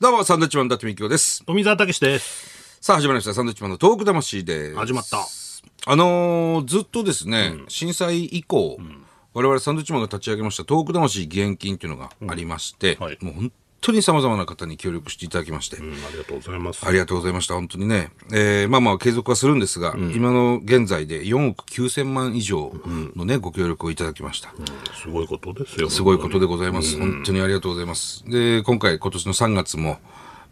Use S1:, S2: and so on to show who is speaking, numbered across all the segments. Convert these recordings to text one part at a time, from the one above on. S1: どうも、サンドウィッチマンだってみきおです。
S2: 富澤たけしです。
S1: さあ、始まりました。サンドウィッチマンのトーク魂です。
S2: 始まった。
S1: あのーずっとですね、震災以降、我々サンドウィッチマンが立ち上げましたトーク魂義援金というのがありまして、
S2: はい
S1: もう本当に様々な方に協力していただきまして、
S2: うん、ありがとうございます。
S1: ありがとうございました。本当にね。えーまあまあ継続はするんですが、今の現在で4億9000万以上のね、ご協力をいただきました。
S2: すごいことですよ。
S1: すごいことでございます。本当にありがとうございます。で、今回、今年の3月も、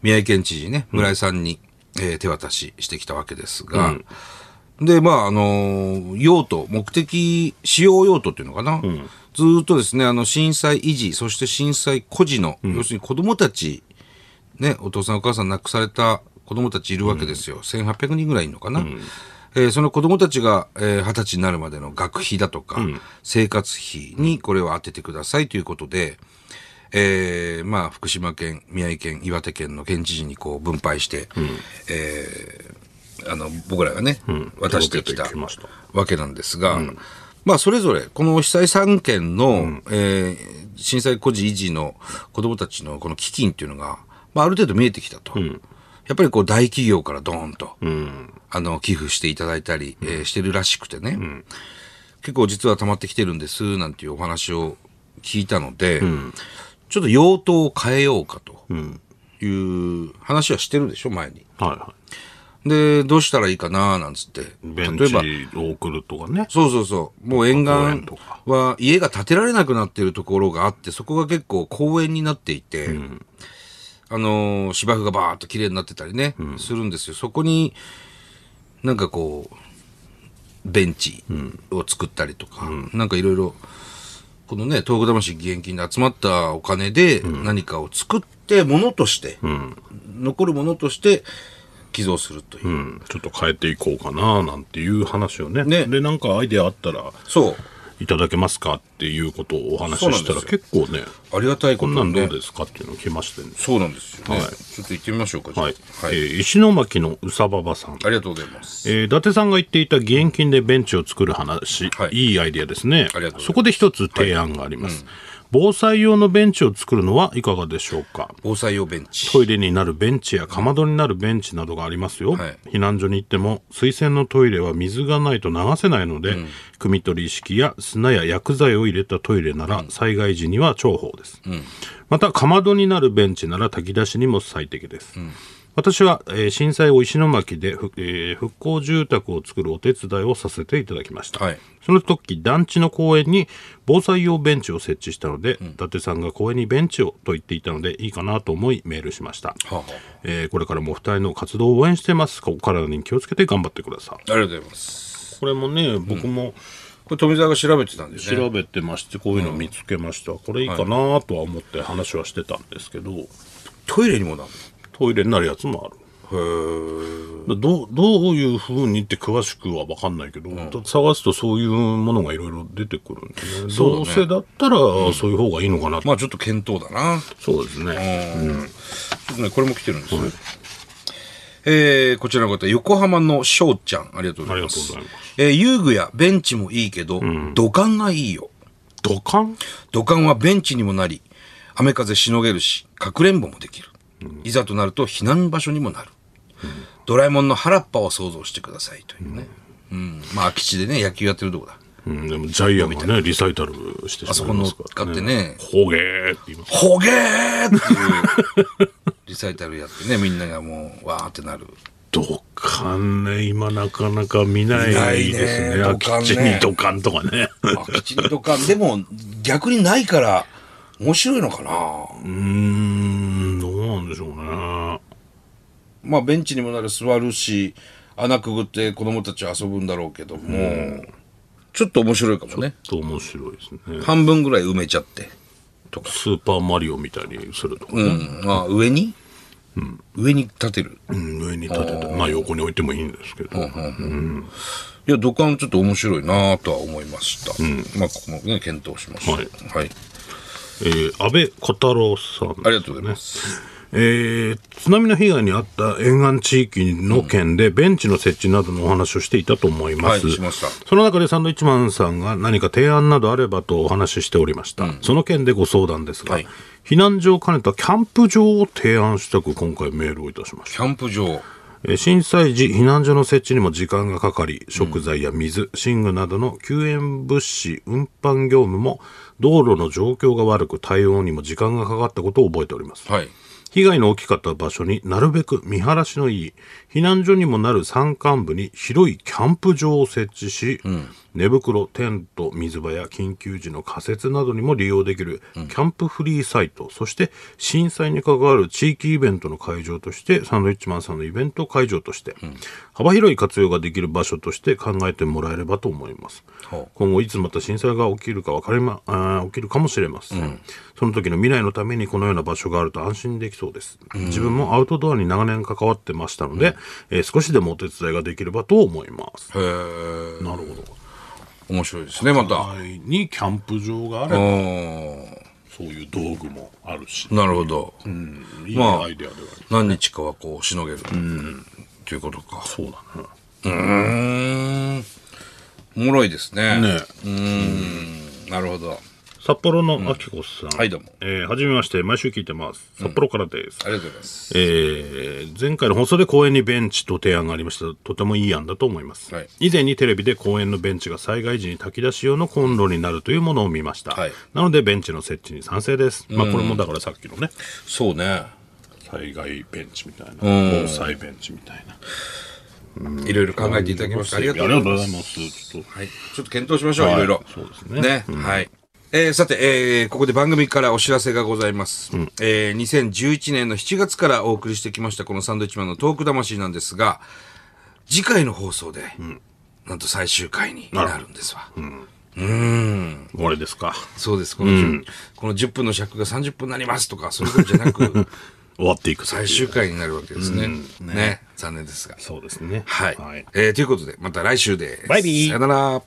S1: 宮城県知事ね、村井さんに、えー手渡ししてきたわけですが、で、まあ、あのー用途、目的、使用用途っていうのかな。ずーっとですね、あの、震災維持、そして震災孤児の、要するに子供たち、ね、お父さんお母さん亡くされた子供たちいるわけですよ。1800人ぐらいいるのかな。えーその子供たちが、えー、20歳になるまでの学費だとか、生活費にこれを当ててくださいということで、えーまあ、福島県、宮城県、岩手県の県知事にこう分配して、えーあの、僕らがね、渡してきた
S2: 届けてきました
S1: わけなんですが、まあ、それぞれ、この被災3県の、えー震災孤児維持の子供たちのこの基金っていうのが、まあ、ある程度見えてきたと。やっぱりこう、大企業からドーンと、あの、寄付していただいたり、えーしてるらしくてね、結構実は溜まってきてるんです、なんていうお話を聞いたので、ちょっと用途を変えようかという話はしてるでしょ、前に。
S2: はいは
S1: で、どうしたらいいかな、なんつって。
S2: い。ベン
S1: 例えば、
S2: チを送るとかね。
S1: そうそうそう。もう沿
S2: 公園
S1: 岸
S2: とか
S1: は家が建てられなくなってるところがあって、そこが結構公園になっていて、あのー芝生がバーっと綺麗になってたりね、するんですよ。そこに、なんかこう、ベンチを作ったりとか、なんかいろいろ、このね、東北魂義援金で集まったお金で何かを作って、ものとして、残るものとして寄贈するという。
S2: うん。ちょっと変えていこうかな、なんていう話をね。
S1: ね
S2: で、なんかアイデアあったら、
S1: そう。
S2: いただけますかっていうことをお話しした
S1: そう
S2: ら、
S1: なん
S2: 結構ね、
S1: ありがたいこ
S2: ことんなんど
S1: ね
S2: うですかっていうの来ましてね。
S1: そうなんですよね。
S2: はい
S1: ちょっと行ってみましょうか。じゃあ
S2: はい。
S1: はい
S2: えー石巻のうさばばさん。
S1: ありがとうございます。
S2: えー伊達さんが言っていた義援金でベンチを作る話、
S1: はい
S2: い、いアイデアです
S1: あ
S2: ね
S1: りがとうございます
S2: そこで一つ提案があります、防災用のベンチを作るのはいかがでしょうか
S1: 防災用ベンチ。
S2: トイレになるベンチやかまどになるベンチなどがありますよ、
S1: はい
S2: 避難所に行っても水洗のトイレは水がないと流せないので、汲み取り式や砂や薬剤を入れたトイレなら災害時には重宝です、またかまどになるベンチなら炊き出しにも最適です、私は、えー震災後石巻で、ふえー復興住宅を作るお手伝いをさせていただきました、
S1: はい
S2: その時団地の公園に防災用ベンチを設置したので、伊達さんが公園にベンチをと言っていたのでいいかなと思いメールしました、
S1: はあは
S2: えーこれからもお二人の活動を応援してますお体に気をつけて頑張ってください
S1: あ、ありがとうございます。
S2: これもね僕も
S1: これ富澤が調べてたんですね。
S2: 調べてましてこういうの見つけました、これいいかなとは思って話はしてたんですけど
S1: トイレにもなる
S2: トイレになるやつもある
S1: の。へえ。
S2: だどうどういうふうにって詳しくは分かんないけど、探すとそういうものがいろいろ出てくるんでね
S1: そうだ
S2: ど
S1: ね
S2: うせだったらそういう方がいいのかなと
S1: まあちょっと検討だな。
S2: そうですね。
S1: うん。ちょっとね、これも来てるんですよ。えー、こちらの方、横浜のしょうちゃん、ありがとうございます。。
S2: ありがとうございます
S1: えー、遊具やベンチもいいけど、土管がいいよ。
S2: 土管
S1: 土管はベンチにもなり、雨風しのげるし、かくれんぼもできる。いざとなると避難場所にもなる。ドラえもんの原っぱを想像してくださいというね。うん。まあ、空き地でね、野球やってるとこだ。
S2: うん、でもジャイアンがね、リサイタルして
S1: あ
S2: し
S1: そ
S2: ま
S1: こ
S2: いま
S1: の
S2: すか
S1: 使
S2: ら
S1: って
S2: ね。
S1: ね、
S2: ほげーって言います。
S1: ほげーっていう リサイタルやってね、みんながもう、わーってなる。
S2: 土管ね、今なかなか見な
S1: 見ないいね
S2: ですね。
S1: 土
S2: 空
S1: 管ね
S2: き地に土管とかね。
S1: 空き地に土管、でも逆にないから、面白いのかな
S2: うーん、どうなんでしょうね。
S1: まあベンチにもなる座るし穴くぐって子供たちは遊ぶんだろうけども、ちょっと面白いかもね
S2: ちょっと面白いですね。
S1: 半分ぐらい埋めちゃってとか、
S2: スーパーマリオみたいにするとか
S1: う
S2: ね。
S1: んまあ、上に、上に立てる
S2: うん、上に立てて、まあ横に置いてもいいんですけど。
S1: いや土管ちょっと面白いなとは思いました、まあここもね検討しました
S2: はい
S1: はい、
S2: えー、安倍小太郎さん。
S1: ありがとうございます、
S2: えー津波の被害に遭った沿岸地域の県でベンチの設置などのお話をしていたと思います、
S1: はいしました
S2: その中でサンドイッチマンさんが何か提案などあればとお話ししておりました、その件でご相談ですが、
S1: はい
S2: 避難所を兼ねたキャンプ場を提案したく今回メールをいたしまし
S1: キ
S2: た
S1: ャンプ場。
S2: えー震災時避難所の設置にも時間がかかり食材や水、寝具などの救援物資運搬業務も道路の状況が悪く対応にも時間がかかったことを覚えております
S1: はい。
S2: 被害の大きかった場所になるべく見晴らしのいい避難所にもなる山間部に広いキャンプ場を設置し、寝袋テント水場や緊急時の仮設などにも利用できるキャンプフリーサイト、そして震災に関わる地域イベントの会場としてサンドイッチマンさんのイベント会場として、幅広い活用ができる場所として考えてもらえればと思います。
S1: ほ
S2: 今後いつまた震災が起きるかわかりまあー起きるかもしれません、その時の未来のためにこのような場所があると安心できそうです、自分もアウトドアに長年関わってましたので、えー少しでもお手伝いができればと思います、
S1: うへえ。
S2: なるほど
S1: 面白いですね、また。
S2: 前にキャンプ場があ
S1: お
S2: れば
S1: ー
S2: そういう道具もあるし、
S1: なるほど。
S2: うんいい
S1: まあ
S2: アイデアではある
S1: 何日かはこう、しのげる。ということか。
S2: そうだね
S1: うーん。おもろいですね。
S2: ね
S1: うーん。なるほど。
S2: 札幌のあきこさん、
S1: はいどうも
S2: えーはじめまして毎週聞いてます札幌からです、
S1: ありがとうございます。
S2: えー前回の放送で公園にベンチと提案がありましたとてもいい案だと思います、
S1: はい
S2: 以前にテレビで公園のベンチが災害時に炊き出し用のコンロになるというものを見ました、
S1: はい
S2: なのでベンチの設置に賛成です、まあこれもだからさっきのね
S1: そうね。
S2: 災害ベンチみたいな
S1: うん
S2: 防災ベンチみたいない
S1: ろいろ考えていただきまして、ありがとう
S2: あ
S1: ござい
S2: りがとう
S1: ま
S2: ご
S1: す
S2: ざい。ますちょっと
S1: はい。ちょっと検討しましょう、
S2: はい
S1: いろいろ。
S2: そうですね
S1: はい。えーさて、えーここで番組からお知らせがございます。えー2011年の7月からお送りしてきました、このサンドイッチマンのトーク魂なんですが、次回の放送で、なんと最終回になるんですわ。
S2: これですか
S1: そうです。この,、この10分の尺が30分になりますとか、そういうことじゃな く、
S2: 終わっていく
S1: 最終回になるわけですね。ね。残念ですが。
S2: そうですね
S1: はい。えーということで、また来週です。
S2: バイビー
S1: さよなら。